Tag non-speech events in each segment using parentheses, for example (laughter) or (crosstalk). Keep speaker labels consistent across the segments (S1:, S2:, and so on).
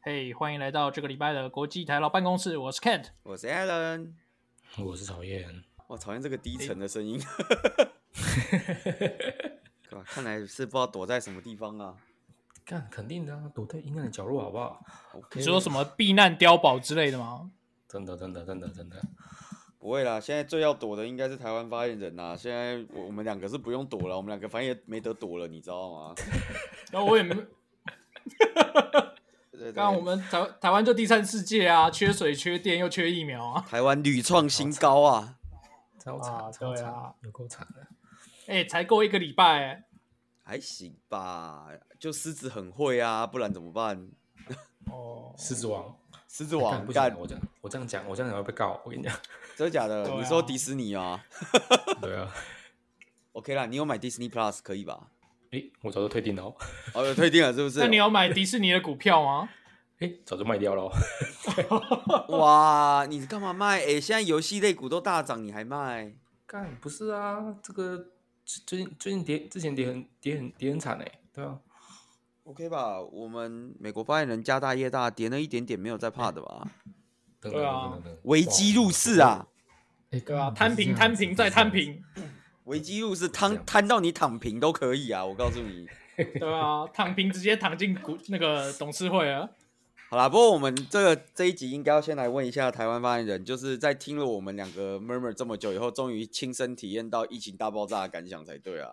S1: 嘿、欢迎来到这个礼拜的国际台劳办公室，我是 Cat。
S2: 我是 Alan，
S3: 我是讨厌，
S2: 我讨厌这个低沉的
S1: (laughs)
S2: 声音。对啊吧？看来是不知道躲在什么地方啊。
S3: 干肯定的、啊，躲在阴暗的角落好不好？
S1: 你说什么避难碉堡之类的 (laughs) 吗？
S3: 真的，真的，真的，真的，
S2: 不会啦，现在最要躲的应该是台湾发言人啦。现在我我们两个是不用躲了，我们两个反正也没得躲了，你知道吗？
S1: 然哦后我也没，
S2: 对对
S1: (laughs)
S2: 对
S1: 刚刚我们台台湾就第三世界啊，缺水、缺电又缺疫苗啊。 (laughs)
S2: 台湾屡创新高啊！
S3: 超
S1: 啊
S3: 惨，超
S1: 对
S3: 惨
S1: 啊，
S3: 有够惨的。
S1: 哎、才过一个礼拜、欸，
S2: 还行吧，就狮子很会啊，不然怎么办？
S1: 哦，
S3: 狮子王，
S2: 狮子
S1: 哎
S3: 干
S2: 王
S3: 不行
S2: 干
S3: 啊，我这样，我这样讲，我这样讲会被告。我跟你讲，
S2: 真的假的？
S1: 对啊
S2: 你说迪士尼啊
S3: 对啊，
S2: ？OK 啦，你有买 Disney Plus 可以吧？
S3: (laughs) 诶，我早就退订了哦，
S2: 哦，有退订了是不是？
S1: 那你有买迪士尼的股票吗？
S3: 诶，早就卖掉了
S2: (laughs)
S3: 哦。
S2: 哇，你干嘛卖？哎、现在游戏类股都大涨，你还卖？
S3: 干不是啊，这个最近最近跌，之前跌很跌很跌很惨哎、对啊，
S2: OK 吧，我们美国发言人家大业大，跌那一点点没有在怕的吧？
S3: 等
S1: 对啊
S3: 等等
S2: 危机入市啊，
S3: 哎，
S1: (laughs) 对啊， (laughs) 摊平、摊
S3: (laughs)
S1: 平再摊，平，
S2: 危机入市，
S3: 这
S2: 摊
S3: 样
S2: 摊到你躺平都可以啊！我告诉你，
S1: 对啊，躺平直接躺进股那个董事会啊。
S2: 好啦，不过我们这个这一集应该要先来问一下台湾发言人，就是在听了我们两个 murmur 这么久以后，终于亲身体验到疫情大爆炸的感想才对啊，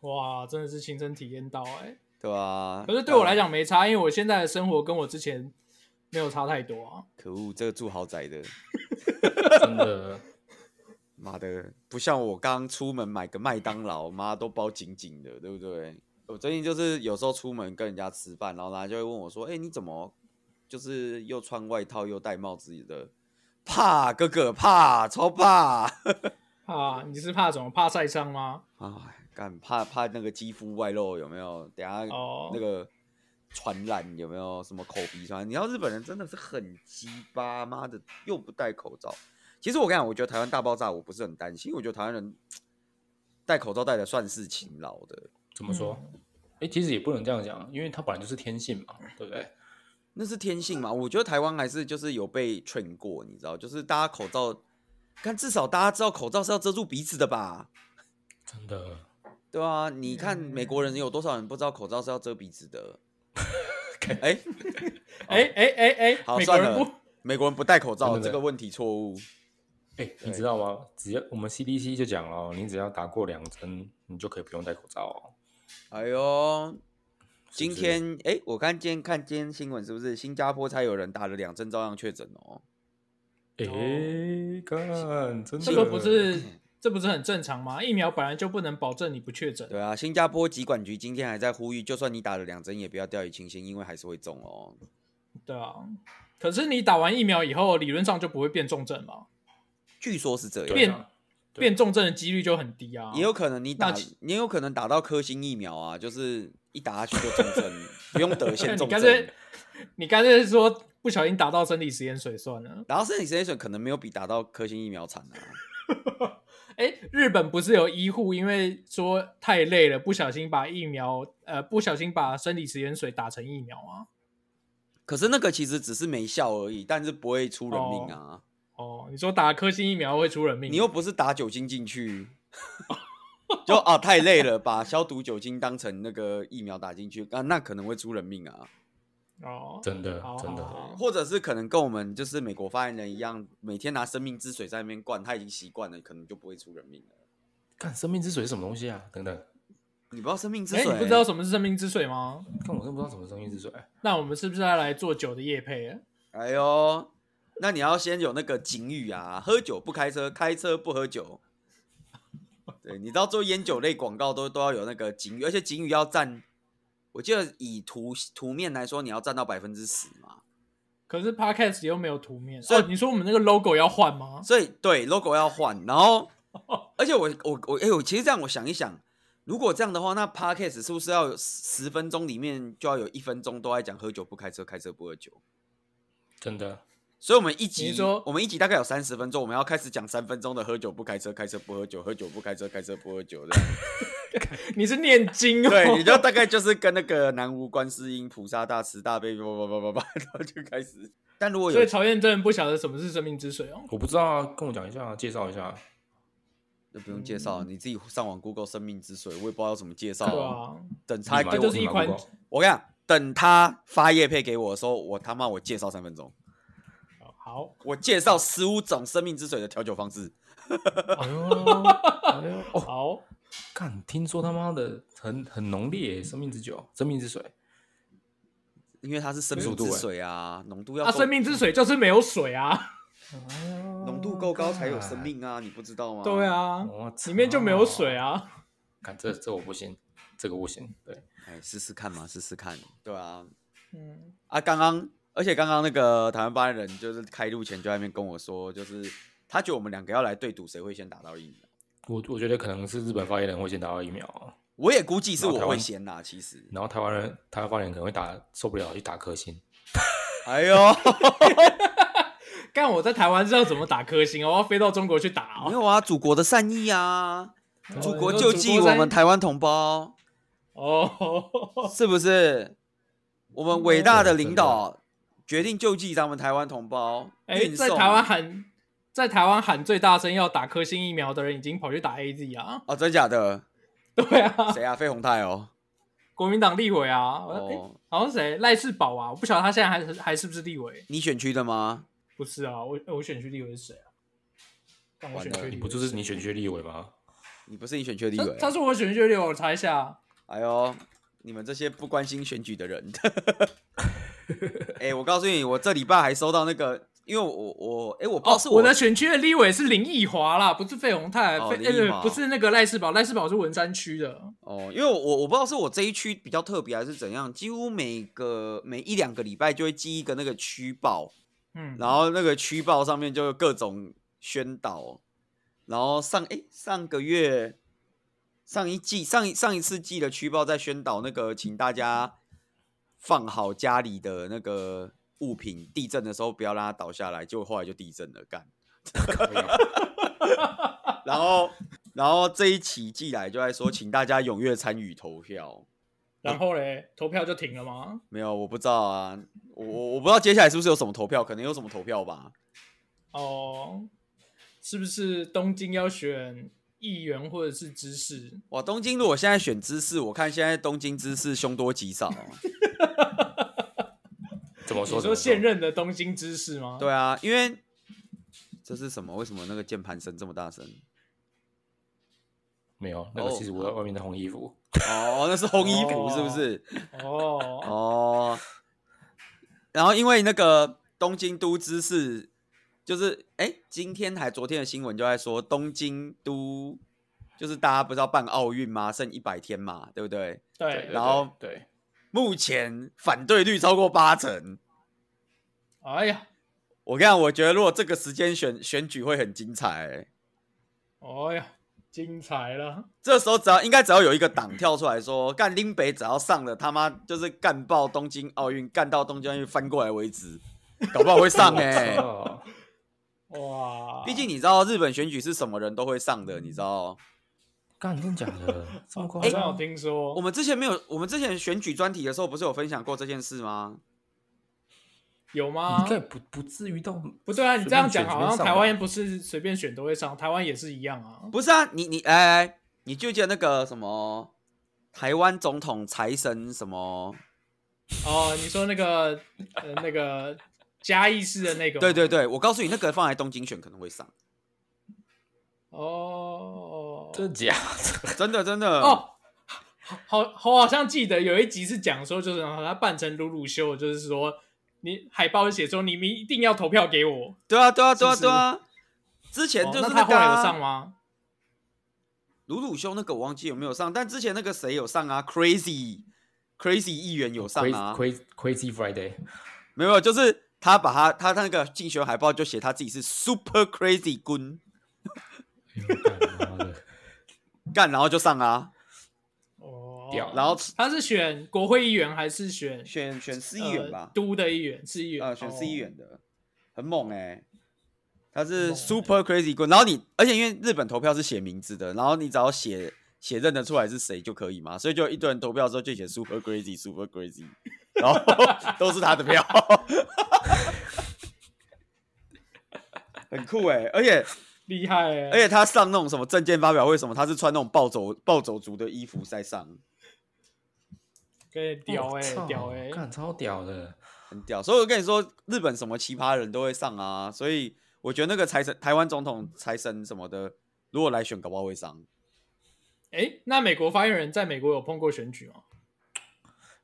S1: 哇，真的是亲身体验到哎、
S2: 对吧、啊？
S1: 可是对我来，讲没差，因为我现在的生活跟我之前没有差太多啊。
S2: 可恶，这个住豪宅的，
S3: 真的
S2: 妈的，不像我刚出门买个麦当劳，妈都包紧紧的，对不对？我最近就是有时候出门跟人家吃饭，然后大家就会问我说：“哎、你怎么就是又穿外套又戴帽子的？”怕哥哥怕，超怕
S1: 怕你是怕什么？怕晒伤吗？
S2: 啊！干怕怕那个肌肤外露有没有？等下
S1: 哦
S2: 那个传染有没有什么口鼻传染？你知道日本人真的是很鸡巴，妈的又不戴口罩。其实我跟你讲，我觉得台湾大爆炸我不是很担心，因为我觉得台湾人戴口罩戴的算是勤劳的。
S3: 怎么说？诶，其实也不能这样讲，因为它本来就是天性嘛，对不对？
S2: 那是天性嘛？我觉得台湾还是就是有被 train 过，你知道，就是大家口罩，看至少大家知道口罩是要遮住鼻子的吧？
S3: 真的，
S2: 对啊，你看
S1: 嗯
S2: 美国人有多少人不知道口罩是要遮鼻子的？
S1: (laughs)
S2: 哎、
S1: 哎哎哎哎，
S2: 好
S1: 美国
S2: 算
S1: 人
S2: 了
S1: 不，
S2: 美国人不戴口罩
S3: 真的
S2: 这个问题错误。
S3: 诶，哎你
S2: 对
S3: 知道吗？只要我们 CDC 就讲了哦，你只要打过两针，你就可以不用戴口罩哦。
S2: 哎呦，
S3: 是
S2: 今
S3: 不是
S2: 天哎、我看今天看今天新闻是不是新加坡才有人打了两针照样确诊哦？
S3: 诶，哎干，真的，
S1: 哦这个不是
S2: 嗯
S1: 这不是很正常吗？疫苗本来就不能保证你不确诊。
S2: 对啊，新加坡疾管局今天还在呼吁，就算你打了两针，也不要掉以轻心，因为还是会中哦。
S1: 对啊，可是你打完疫苗以后，理论上就不会变重症嘛，
S2: 据说是这样，
S3: 对
S1: 变
S3: 啊对
S1: 变重症的几率就很低啊。
S2: 也有可能你打
S1: 那其，
S2: 也有可能打到科兴疫苗啊，就是一打下去就重症，不用得
S1: 那
S2: 先
S1: 你
S2: 重
S1: 干
S2: 症
S1: 脆。你干脆说不小心打到生理实验水算了。
S2: 然后身体实验水可能没有比打到科兴疫苗惨啊。
S1: 哎，日本不是有医护因为说太累了，不小心把疫苗呃不小心把生理实验水打成疫苗啊吗？
S2: 可是那个其实只是没效而已，但是不会出人命啊。
S1: 哦，你说打科兴疫苗会出人命？
S2: 你又不是打酒精进去， (laughs) 就啊太累了，把消毒酒精当成那个疫苗打进去啊，那可能会出人命啊。
S1: 哦，
S3: 真的
S1: 好，
S3: 真
S1: 好
S3: 的，
S1: 好
S2: 或者是可能跟我们就是美国发言人一样，每天拿生命之水在那边灌，他已经习惯了，可能就不会出人命了。
S3: 干生命之水是什么东西啊？等等，
S2: 你不知道生命之
S1: 哎，
S2: 水？
S1: 你不知道什么是生命之水吗？
S3: 看我真不知道什么是生命之水。
S1: 那我们是不是要来做酒的夜配了？
S2: 哎呦，那你要先有那个警语啊，喝酒不开车，开车不喝酒。对，你知道做烟酒类广告都都要有那个警语，而且警语要占，我记得以图图面来说，你要占到百分之十嘛。
S1: 可是 podcast 又没有图面，
S2: 所以
S1: 哦，你说我们那个 logo 要换吗？
S2: 所以对 logo 要换，然后，而且我我我哎、我其实这样我想一想，如果这样的话，那 podcast 是不是要有十十分钟里面就要有一分钟都在讲喝酒不开车，开车不喝酒？
S3: 真的，
S2: 所以我们一
S1: 你
S2: 集
S1: 是说
S2: 我们一集大概有三十分钟，我们要开始讲三分钟的喝酒不开车，开车不喝酒，喝酒不开车，开车不喝酒这样。
S1: 你是念经哦？
S2: 对，你就大概就是跟那个南无观世音菩萨大慈大悲，叭叭叭叭叭，然后就开始。但如果
S1: (laughs) 所
S2: 有
S1: 以曹燕真的不晓得什么是生命之水哦。
S3: 我不知道啊，跟我讲一下啊，介绍一下啊。
S2: 那不用介绍，你自己上网 Google 生命之水，我也不知道要怎么介绍
S1: 对
S2: 哦。
S1: 啊，
S2: 等他
S3: 立
S2: 给
S3: 马
S1: 这
S2: 我
S1: 就是一
S3: 立马
S1: 款
S3: Google
S2: 我跟你讲，等他发叶配给我的时候，我他妈我介绍三分钟，
S1: 好，
S2: 我介绍十五种生命之水的调酒方式。
S3: 哎呦，哎呦，哦，
S1: 好，
S3: 干！听说他妈的很很浓烈耶，生命之酒，生命之水。
S2: 因为它是生
S3: 速
S2: 命
S3: 度
S2: 之
S3: 欸
S2: 水啊，浓度要
S1: 那
S2: 够
S1: 生命之水就是没有水
S2: (laughs)
S1: 啊。哦
S2: 浓度够高才有生命啊，你不知道吗？
S1: 对，啊，
S3: 我操
S1: 里面就没有水。
S2: 哦
S1: 啊。
S3: 干，这这我不信，这个不行。对，
S2: 哎，试试看嘛，试试看。对啊，
S1: 嗯，
S2: 啊，刚刚，而且刚刚那个台湾发言人就是开录前就在那边跟我说，就是他觉得我们两个要来对赌谁会先打到疫啊苗，
S3: 我我觉得可能是日本发言人会先打到疫苗啊，
S2: 我也估计是
S3: 然后台
S2: 我
S3: 湾
S2: 会先啦，其实。
S3: 然后台湾人台湾发言人可能会打受不了去打颗星。
S2: 哎呦，
S1: 干我在台湾是要怎么打颗星哦？我要飞到中国去打
S2: (laughs) 没
S1: 哦。
S2: 有啊，祖国的善意啊，祖国救济
S1: 哎祖国
S2: 我
S1: 在
S2: 们台湾同胞，
S1: 哦，
S2: 是不是？我们伟大的领导决定救济咱们台湾同胞，
S1: 哎，
S2: 运
S1: 在
S2: 送啊
S1: 台湾喊，在台湾喊最大声要打颗星疫苗的人，已经跑去打 A Z 啊。 (laughs)
S2: 哦，真假的？
S1: 对啊，
S2: 谁啊？费宏泰哦。
S1: 国民党立委啊，我哎
S2: 哦，
S1: 好像谁赖世宝啊，我不晓得他现在还是还是不是立委。
S2: 你选区的吗？
S1: 不是啊，我我选区立委是谁啊？干我
S2: 完
S1: 选
S2: 了
S1: 区立委
S3: 你不就是你选区立
S1: (laughs)
S3: 委吗？
S2: 你不是你选区的立
S1: 他
S2: 委
S1: 他
S2: 啊？
S1: 是我选区立委，我查一下。
S2: 哎呦，你们这些不关心选举的
S1: (laughs)
S2: 人！哎、我告诉你，我这礼拜还收到那个，因为我我哎、我不知道
S1: 哦，
S2: 是
S1: 我
S2: 我
S1: 的选区的立委是林奕华啦，不是费鸿泰，
S2: 哦
S1: 费
S2: 林
S1: 哎
S2: 奕华
S1: 不是那个赖世宝，赖世宝是文山区的。
S2: 哦，因为我我不知道是我这一区比较特别还是怎样，几乎每个每一两个礼拜就会寄一个那个区报，
S1: 嗯，
S2: 然后那个区报上面就有各种宣导，然后上哎、上个月上一季上一上一次寄的区报在宣导那个，请大家放好家里的那个物品，地震的时候不要让它倒下来，结果后来就地震了，干。然后然后这一期寄来就在说，请大家踊跃参与投票。
S1: 然后嘞，投票就停了吗？
S2: 没有，我不知道啊，我我我不知道接下来是不是有什么投票，可能有什么投票吧。
S1: 哦，是不是东京要选议员或者是知事？
S2: 哇，东京如果现在选知识，我看现在东京知识凶多吉 (laughs) 少。啊
S3: 怎么说？
S1: 你
S3: 怎
S1: 说
S3: 么
S1: 现任的东京知事吗？
S2: 对啊，因为这是什么？为什么那个键盘声这么大 (laughs) 声？
S3: 没有？那个
S2: 哦
S3: 其实我在外面在烘衣服。
S2: 哦，那是红衣服是不是？
S1: 哦，
S2: 哦，然后因为那个东京都知事，就是哎，今天还昨天的新闻就在说东京都，就是大家不是要办奥运吗？剩一百天嘛，对不对？
S1: 对，
S2: 然后
S3: 对对
S2: 目前反对率超过八成。
S1: 哎呀，
S2: 我跟你讲，我觉得如果这个时间选选举会很精彩、欸。
S1: 哎呀，精彩了！
S2: 这时候只要应该只要有一个党跳出来说，干林北只要上了，他妈就是干爆东京奥运，干到东京奥运翻过来为止，搞不好
S1: (laughs)
S2: 会上哎、
S1: 哦
S3: 我操
S1: 哇，
S2: 毕竟你知道日本选举是什么人都会上的，你知道？
S3: 干，真假的？这么
S1: 我
S3: 夸
S1: 哎好像有
S3: 张？
S1: 听说，
S2: 哎我们之前没有，我们之前选举专题的时候不是有分享过这件事吗？
S1: 有吗
S3: 应？该不不至于到
S1: 啊不对啊，你这样讲好像台湾
S3: 也
S1: 不是随便选都会上，台湾也是一样啊。
S2: 不是啊，你你哎、哎你就记得那个什么台湾总统财神什么？
S1: 哦，你说那个呃那个嘉义市的那个吗，
S2: 对对对，我告诉你，那个放来东京选可能会上，
S1: 哦，
S3: 真假
S2: 真的真的
S1: 哦，好，我好像记得有一集是讲说，就是把它扮成鲁鲁修，就是说你海报写说你们一定要投票给我，
S2: 对啊对啊对啊
S1: 是不是
S2: 对啊，之前
S1: 哦
S2: 就是
S1: 那
S2: 个、
S1: 他
S2: 啊
S1: 后来有上吗？
S2: 鲁鲁修那个我忘记有没有上，但之前那个谁有上啊？Crazy Crazy 议员有上啊？
S3: ？Crazy Crazy Friday，
S1: (laughs)
S2: 没有，就是他把他他那个竞选海报就写他自己是 Super Crazy 君
S3: 哎呦干妈的
S2: 干，然后就上啊，
S1: 哦，
S3: 屌
S2: 然后
S1: 他是选国会议员还是选
S2: 选选市
S1: 市
S2: 议员吧，
S1: 呃
S2: 啊
S1: 都的议员，市议员，哦
S2: 呃，选市议员的。很猛哎、它是 Super Crazy Good，然后你而且因为日本投票是写名字的，然后你只要写写认得出来是谁就可以嘛，所以就一堆人投票的时候就写 Super Crazy Super Crazy，然 (laughs) 后都是他的票，很酷哎、而且
S1: 厉害欸！
S2: 而且他上那种什么证件发表会什么，他是穿那种暴走暴走族的衣服在上，
S1: 跟屌哎、
S3: 我操
S1: 屌哎、
S3: 干超屌的，
S2: 很屌。所以我跟你说，日本什么奇葩人都会上啊，所以我觉得那个财神台湾总统财神什么的，如果来选，搞不好会上。
S1: 哎，那美国发言人在美国有碰过选举吗？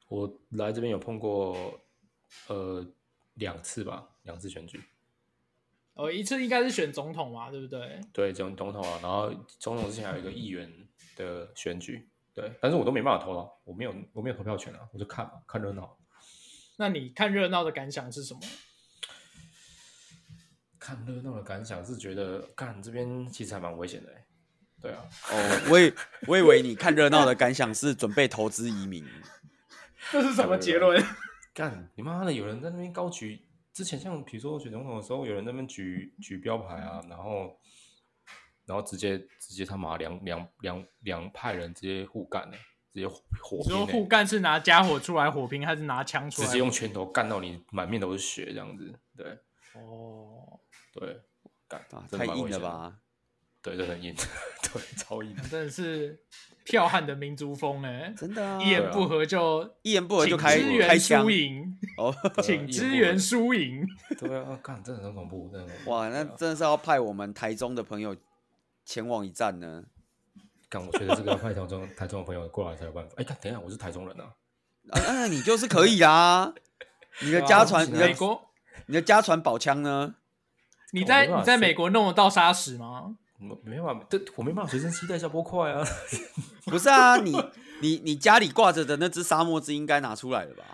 S3: 我来这边有碰过，呃，两次吧，两次选举，
S1: 哦，一次应该是选总统嘛，对不对？
S3: 对，总总统啊，然后总统之前还有一个议员的选举，对，但是我都没办法投啊，我没有我没有投票权啊，我就看嘛，看热闹，
S1: 那你看热闹的感想是什么？
S3: 看热闹的感想是觉得，干这边其实还蛮危险的、欸，对啊，
S2: 哦，我以我以为你看热闹的感想是准备投资移民，
S1: 这是什么结论？
S3: (laughs) 干你妈的，有人在那边高举，之前像比如说选总统的时候，有人在那边举举标牌啊，然后然后直接直接他妈两两两两派人直接互干呢、直接火火
S1: 你
S3: 拼、欸、
S1: 说互干是拿家伙出来火拼，还是拿枪出
S3: 直
S1: 来？
S3: 接用拳头干到你满面都是血这样子，对
S1: 哦，
S3: 对，干、
S2: 啊、
S3: 真
S2: 太
S3: 的蛮
S2: 硬
S3: 危
S2: 了
S3: 险的？
S2: 吧？
S3: 对，对，很硬， (laughs) 对，超硬。
S1: 真的是剽悍的民族风哎、
S2: 真的啊，
S1: 一言不合就
S2: 一言不合就开
S1: 请支
S2: 开
S1: 援
S2: 枪
S1: 输赢，
S2: 哦，
S3: 对啊
S1: 请支援。输赢。
S3: 一言不合对啊，干，真的很恐怖，真的很恐怖。
S2: 哇，
S3: 对
S2: 那
S3: 啊
S2: 真的是要派我们台中的朋友前往一战呢。
S3: 干，我觉得这个要派台中台中的朋友过来才有办法。哎，干，等一下，我是台中人啊，
S2: 啊，那你就是可以啊，你的家传，你
S1: 美
S2: 的
S1: 国，
S2: 你的家传宝枪呢？
S1: 你在
S3: 我没办法
S1: 你在
S3: 随
S1: 美国弄得到沙石吗？
S3: 我没办法，这我没办法随身携带一下波块啊。 (laughs)
S2: (laughs) 不是啊，你你你家里挂着的那只沙漠之应该拿出来了
S1: (laughs)
S2: 吧？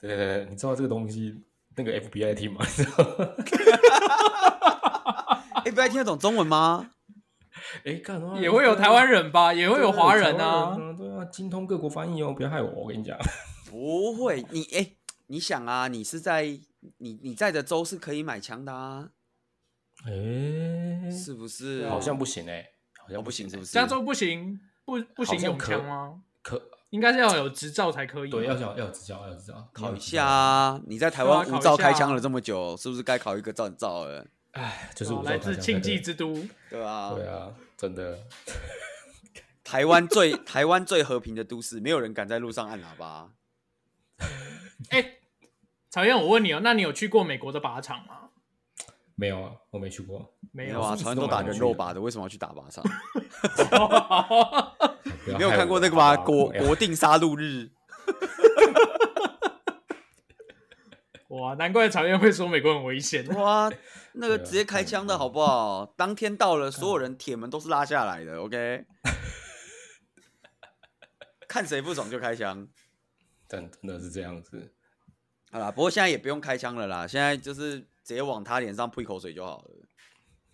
S3: 对对对，对你知道这个东西那个 FBI 听吗？ (laughs) 你知道吗？
S2: 哎，不要听得懂中文吗？
S3: 哎，干，他妈
S1: 也会有台湾人吧，也
S3: 对
S1: 会
S3: 啊
S1: 有华
S3: 台
S1: 人
S3: 湾
S1: 啊。
S3: 啊，对啊，精通各国翻译哦，不要害我，我跟你讲。 (laughs)
S2: 不会，你哎，你想啊，你是在你你在的州是可以买枪的啊，
S3: 哎，
S2: 是不是？
S1: 对啊
S3: 好像不行哎，好
S2: 哦
S3: 像
S2: 不行，是
S3: 欸
S2: 不是？
S1: 加州不行，不不行
S3: 好像
S1: 用
S3: 可
S1: 枪吗？
S3: 可
S1: 应该是要有执照才可以。
S3: 对，要要要有执照，要有执照，
S2: 考一下啊！你在台湾
S1: 对啊
S2: 无
S1: 考
S2: 照
S1: 一下啊
S2: 开枪了这么久，是不是该考一个证照了？
S3: 哎，就是
S1: 哦
S3: 我
S1: 来自庆忌之都。
S2: 对啊，
S3: 对啊，真的，
S2: 台湾最台湾最和平的都市，没有人敢在路上按喇叭。
S1: 哎，曹燕，我问你哦，那你有去过美国的靶场吗？
S3: 没有啊，我没去过，
S2: (laughs)
S1: 没
S2: 有啊，
S3: 是
S2: 台湾都打人肉靶的，为什么要去打靶场？
S3: 不要
S2: 啊没有
S3: 害
S2: 看
S3: 我
S2: 过那个
S3: 好
S2: 吗？
S3: 不好
S2: (laughs) 国
S3: 哎呀
S2: 国定杀戮日，
S1: (laughs) 哇，难怪曹燕会说美国很危险。 (laughs)
S3: (laughs)
S2: 哇，那个
S3: 对啊
S2: 直接开枪的好不好？当天到了，所有人铁门都是拉下来的，OK？看谁不爽就开枪。
S3: 但真的是这样子，
S2: 好啦，不过现在也不用开枪了啦，现在就是直接往他脸上吐口水就好了，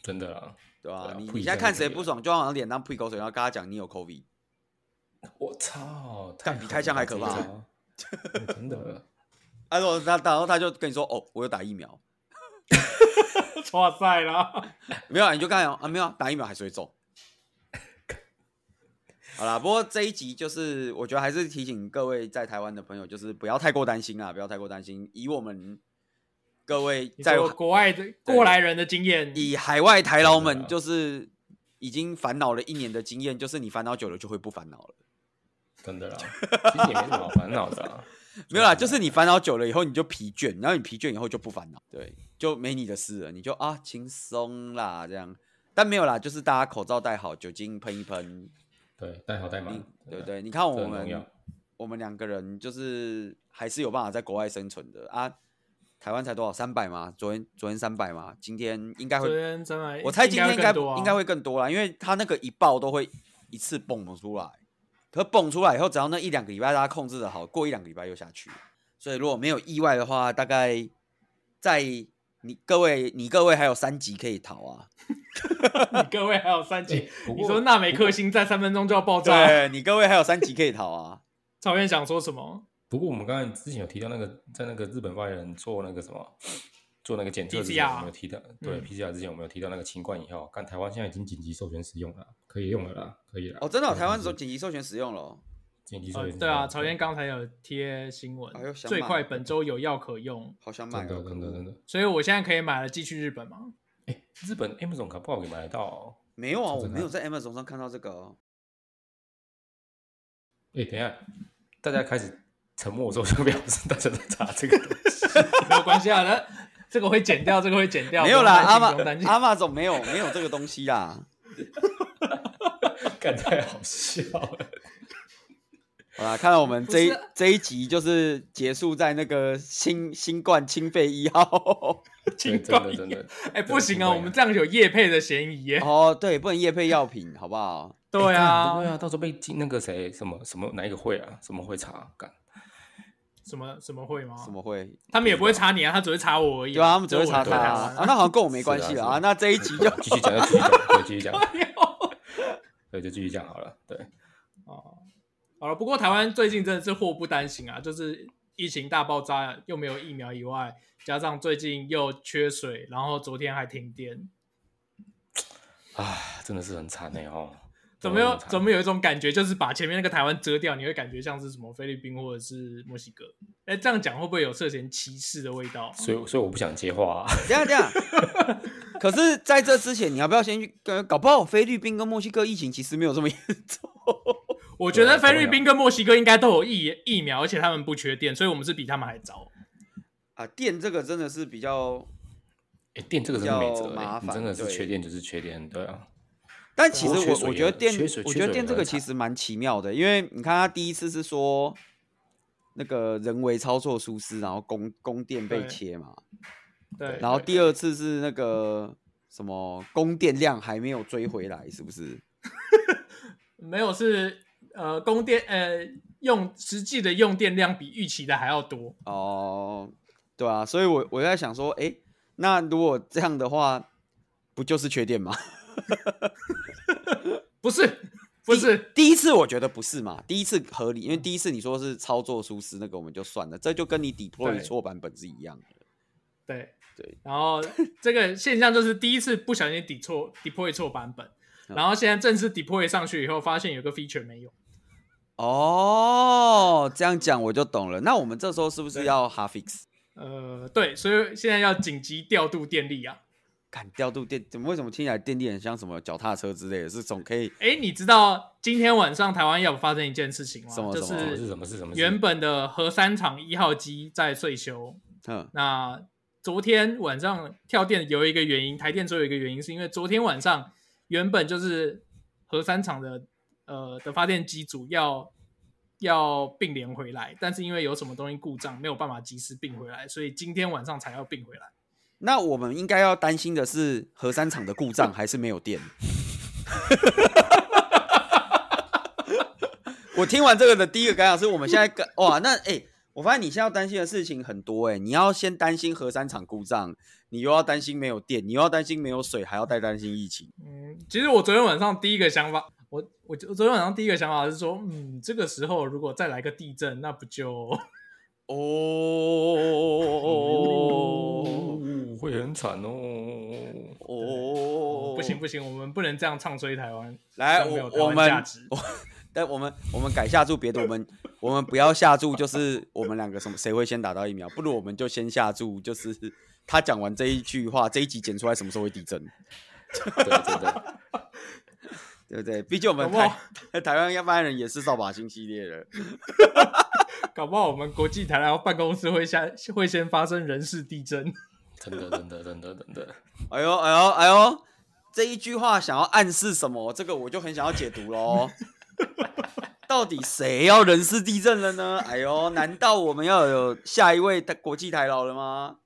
S3: 真的啦，
S2: 对吧、
S3: 对啊
S2: 你
S3: 吐
S2: 你
S3: 一
S2: 现在
S3: 下
S2: 看
S3: 就
S2: 谁
S3: 可以
S2: 不
S3: 了
S2: 爽，就往他脸上吐口水，然后跟他讲你有 COVID。
S3: 我操，
S2: 干比开枪还可怕
S3: 这一招，
S2: (laughs)
S3: 哎真的，
S2: 啊，然后他然后他就跟你说，哦，我有打疫苗，
S1: 哇塞啦！
S2: 没有、啊，你就看哦啊，没有、啊、打疫苗还是会中。好啦，不过这一集就是，我觉得还是提醒各位在台湾的朋友，就是不要太过担心啊，不要太过担心。以我们各位
S1: 你
S2: 在
S1: 说国外的过来人的经验，
S2: 以海外台劳
S3: 真
S2: 们，
S3: 的啊
S2: 就是已经烦恼了一年的经验，就是你烦恼久了就会不烦恼了。
S3: 真的啦，其实也没什么好烦恼的啊啦，
S2: 没有啦，就是你烦恼久了以后，你就疲倦，然后你疲倦以后就不烦恼，对，就没你的事了，你就啊轻松啦这样。但没有啦，就是大家口罩戴好，酒精喷一喷，
S3: 对，带好带
S2: 你
S3: 满，
S2: 对
S3: 啊
S2: 对，你看
S3: 这
S2: 我
S3: 很重要
S2: 们我们两个人就是还是有办法在国外生存的啊。台湾才多少三百嘛？昨天昨天三百嘛？今天应该
S1: 昨
S2: 会，
S1: 天真的，
S2: 我猜今天应
S1: 更
S2: 该
S1: 多啊
S2: 应该会更多啦，因为他那个一爆都会一次蹦出来，可蹦出来以后，只要那一两个礼拜大家控制的好，过一两个礼拜又下去。所以如果没有意外的话，大概在你各位你各位还有三集可以逃啊。
S1: 你 (laughs) 各位还有三集
S3: 哎，不
S1: 你
S3: 过
S1: 说纳美克星在三分钟就要爆炸，
S2: 对你各位还有三集可以逃啊。
S1: 曹燕想说什么？
S3: 不过我们刚才之前有提到那个，在那个日本发言人做那个什么做那个检测之
S1: PCR
S3: 前，我们有提到，对
S1: 嗯
S3: PCR 之前我们有提到那个新冠以后，看台湾现在已经紧急授权使用了，可以用了啦，可以了。
S2: 哦，真的哦、台湾
S3: 授
S2: 授紧急授权使用了哦、
S3: 紧急授权
S1: 呃
S3: 使用，
S1: 对啊，曹彦刚才有贴新闻
S2: 哎呦，想
S1: 最
S2: 买
S1: 快
S2: 了
S1: 本周有药可用，
S2: 好想买
S3: 真
S2: 哦，
S3: 的
S2: 可
S3: 真的真
S2: 恶
S3: 的，
S1: 所以我现在可以买了寄去日本吗？ (laughs)
S3: 哎，日本 Amazon 搞不好也买得到哦。
S2: 没有啊，我
S3: 真的
S2: 没有在 Amazon 上看到这个、哦。
S3: 哎，等一下，大家开始沉默的时候，就表示大家在查这个东西。
S1: 没有关系啊，那 (laughs) 这个会剪掉，这个会剪掉，
S2: 没有
S1: 不
S2: 啦，
S1: 用担心不
S2: 阿
S1: 用担
S2: 玛
S1: 心
S2: 阿玛总没有没有这个东西啦。
S3: 干太好笑 (laughs) 了。
S2: 好啦，看来我们这一
S1: 不是啊
S2: 这一集就是结束在那个新新冠清肺一号。 (laughs)
S3: 对
S1: 情
S3: 真
S1: 况
S3: 的
S1: 一
S3: 真的，
S1: (laughs) 哎，不行
S3: 对
S1: 啊，
S3: 不会啊
S1: 我们这样有叶配的嫌疑耶。
S2: 哦，哎对，不能夜配药品，好不好？
S1: 对
S3: 干对
S1: 啊，
S3: 啊，到时候被进那个谁什么什么哪一个会啊，什么会查干？
S1: 什么什么会吗？
S2: 怎么会？
S1: 他们也不会查你啊，他只会查我而已啊。
S2: 对啊，他们只会
S1: 就
S2: 查
S1: 我
S2: 他
S1: 对
S2: 啊
S1: 啊，
S2: 啊那好像跟我没关系了
S3: 是啊是啊
S2: 啊。那这一集
S3: (laughs)
S2: 就
S3: 继续讲，就继续讲，对，继续讲，
S1: 没有
S3: 对，就继续讲好了。对，
S1: 哦，好了，不过台湾最近真的是祸不单行啊，就是疫情大爆炸，又没有疫苗以外，加上最近又缺水，然后昨天还停电，
S3: 啊，真的是很惨哎哦。
S1: 怎么有
S3: 真的很惨
S1: 怎么有一种感觉，就是把前面那个台湾遮掉，你会感觉像是什么菲律宾或者是墨西哥？哎，这样讲会不会有涉嫌歧视的味道？
S3: 所以所以我不想接话、啊。 (laughs)
S2: 这样这样。可是在这之前，你要不要先去？呃搞不好菲律宾跟墨西哥疫情其实没有这么严重。
S1: 我觉得
S3: 对啊
S1: 菲律宾跟墨西哥应该都有疫疫苗，而且他们不缺电，所以我们是比他们还早。
S2: 啊，电这个真的是比较，
S3: 哎、电这个真的没辙、
S2: 比较
S3: 欸
S2: 麻，
S3: 你
S2: 烦
S3: 真的是
S2: 对
S3: 缺电就是缺电，对啊，
S2: 但哦其实
S3: 缺水
S2: 我我
S3: 也
S2: 觉得电
S3: 缺水，
S2: 我
S3: 缺
S2: 觉得
S3: 水
S2: 电
S3: 也
S2: 这个
S3: 很
S2: 其
S3: 惨
S2: 实蛮奇妙的，因为你看他第一次是说那个人为操作疏失，然后供供电被
S1: 对
S2: 切嘛，
S1: 对，
S2: 然后第二次是那个什么供电量还没有追回来，是不是？
S1: 没有是呃供电呃用实际的用电量比预期的还要多。
S2: 哦，对啊，所以我我在想说，诶，那如果这样的话，不就是缺电吗？ (laughs)
S1: 不是，不是，
S2: 第一次我觉得不是嘛，第一次合理，因为第一次你说是操作疏失那个我们就算了，这就跟你 deploy
S1: 对
S2: 错版本是一样的。
S1: 对
S2: 对。
S1: 然
S2: (laughs)
S1: 后这个现象就是第一次不小心抵错 deploy 错版本，
S2: 嗯
S1: 然后现在正式 deploy 上去以后，发现有个 feature 没有。
S2: 哦，这样讲我就懂了。那我们这时候是不是
S1: 对
S2: 要 hard fix？
S1: 呃，对，所以现在要紧急调度电力啊。
S2: 砍调度电，怎么为什么听起来电力很像什么脚踏车之类的？是总可以
S1: 哎，你知道今天晚上台湾要发生一件事情吗？
S2: 什么
S1: 就
S2: 什么
S3: 什么是
S1: 是
S3: 什么是什么是？
S1: 原本的核三厂一号机在税修，
S2: 哼
S1: 那昨天晚上跳电有一个原因，台电只有一个原因，是因为昨天晚上原本就是核三厂的呃的发电机组要要并联回来，但是因为有什么东西故障，没有办法及时并回来，所以今天晚上才要并回来。
S2: 那我们应该要担心的是核三厂的故障还是没有电？ (laughs) 我听完这个的第一个感想是我们现在跟哇，那哎、欸我发现你现在要担心的事情很多哎、欸你要先担心核三厂故障，你又要担心没有电，你又要担心没有水，还要再担心疫情。
S1: 嗯，其实我昨天晚上第一个想法，我我我昨天晚上第一个想法是说，嗯，这个时候如果再来个地震，那不就 (laughs)
S2: 哦
S3: 哦，会很惨哦。
S2: 哦，
S1: 不行不行，我们不能这样唱衰台湾，
S2: 来，
S1: 这样没有台
S2: 哎我我
S1: 湾价
S2: 们
S1: 值
S2: 我，但我们我们改下注别的，我们我们不要下注，就是我们两个什么谁会先打到疫苗，不如我们就先下注，就是他讲完这一句话，这一集剪出来什么时候会地震，
S3: 对，真的，
S2: 对不对？毕竟我们
S1: 搞不
S2: 台
S1: 好
S2: (laughs) 台湾要班人也是扫把星系列的，
S1: 搞不好我们国际台湾办公室会下会先发生人事地震。
S2: 哦
S3: 真的，真的，真的，真的。
S2: 哎呦哎呦哎呦，这一句话想要暗示什么？这个我就很想要解
S1: (laughs)
S2: 读喽。到底谁要人事地震了呢？哎呦，难道我们要有下一位的国际台老了吗？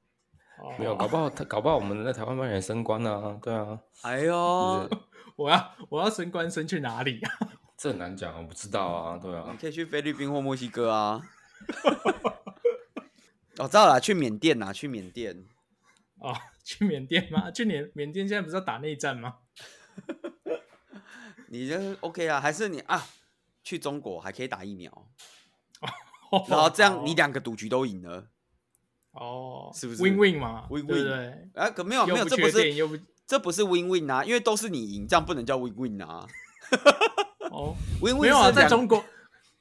S1: 哦
S3: 没有，搞不好他，搞不好我们在台湾扮演升官啊，对啊，
S2: 哎
S3: 就
S2: 呦
S3: 是，
S1: 我要我要升官升去哪里啊？
S3: 这很难讲，我不知道啊，对啊
S2: 你，可以去菲律宾或墨西哥啊。 (laughs) 我、知道了，去缅甸啦，去缅甸。
S1: 哦，去缅甸吗？ (laughs) 去缅缅甸现在不是要打内战吗？
S2: 你这 OK 啊？还是你啊？去中国还可以打疫苗，
S1: 哦
S2: 然后这样你两个赌局都赢了。
S1: 哦，
S2: 是不是
S1: win win 嘛
S2: win-win
S1: 对不对？
S2: 啊，可没有没
S1: 又
S2: 有，
S1: 不
S2: 这不
S1: 缺电
S2: 是
S1: 又不
S2: 这不是 win win 啊，因为都是你赢，这样不能叫 win win 啊。 (laughs)
S1: 哦，
S2: win win
S1: 没有啊，
S2: 是
S1: 在
S2: 两
S1: 中国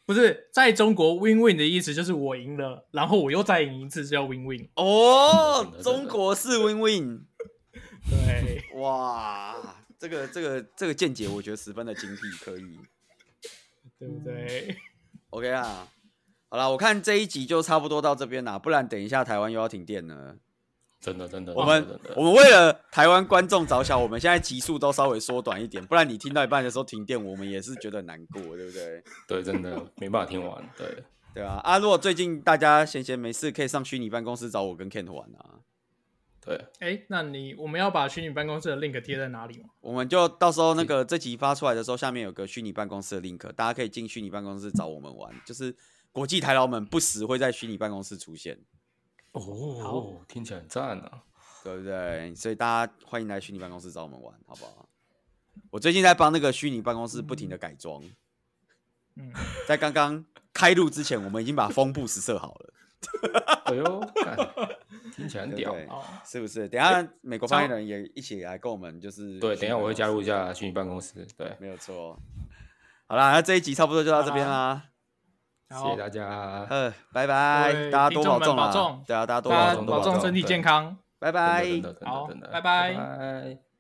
S1: 不是在中国 win win 的意思就是我赢了，然后我又再赢一次叫 win win。
S2: 哦
S3: 真
S1: 嗯
S3: 的真，的
S2: 中国式 win win，
S1: 对，
S2: 哇，这个这个这个见解我觉得十分的精辟，可以
S1: 对不
S2: (laughs)
S1: 对？
S2: OK 啦。好啦，我看这一集就差不多到这边啦，不然等一下台湾又要停电了。
S3: 真的
S1: 哦
S3: 真的，
S2: 我们
S3: 真的
S2: 我们为了台湾观众着想，我们现在集数都稍微缩短一点，不然你听到一半的时候停电，我们也是觉得很难过，对不对？
S3: 对真的没办法听完，对，
S2: 对啊，啊，如果最近大家闲闲没事，可以上虚拟办公室找我跟 Kent 玩啊。
S3: 对，
S1: 哎，那你我们要把虚拟办公室的 link 贴在哪里吗？
S2: 我们就到时候那个这集发出来的时候，下面有个虚拟办公室的 link，大家可以进虚拟办公室找我们玩。就是国际台劳们不时会在虚拟办公室出现，
S3: 哦，听起来很赞啊，
S2: 对不对？所以大家欢迎来虚拟办公室找我们玩，好不好？我最近在帮那个虚拟办公室不停的改装，
S1: 嗯，
S2: 在刚刚开录之前，我们已经把风布实设好了，
S3: 哎呦，干听起来很
S2: 对不
S3: 屌，
S2: 对？
S1: 好，
S2: 是不是？等一下美国发言人也一起来跟我们，就是
S3: 对，等一下我会加
S2: 入。
S3: 入一下虚拟办公室，对，
S2: 没有错。好啦，那这一集差不多就到这边啦。
S3: 谢谢
S1: 好，
S3: 大家，
S2: 呃，拜拜
S1: 各，位
S2: 大家多
S1: 听众
S2: 保
S1: 们
S2: 重
S1: 保
S2: 啦
S1: 重。
S2: 对啊，大家多
S1: 大
S2: 保
S1: 家
S2: 重，
S1: 保重身体健康。
S2: 拜
S3: 真的
S2: 拜。
S3: 真的真的
S1: 好
S3: 真的，
S1: 拜拜
S3: 拜拜。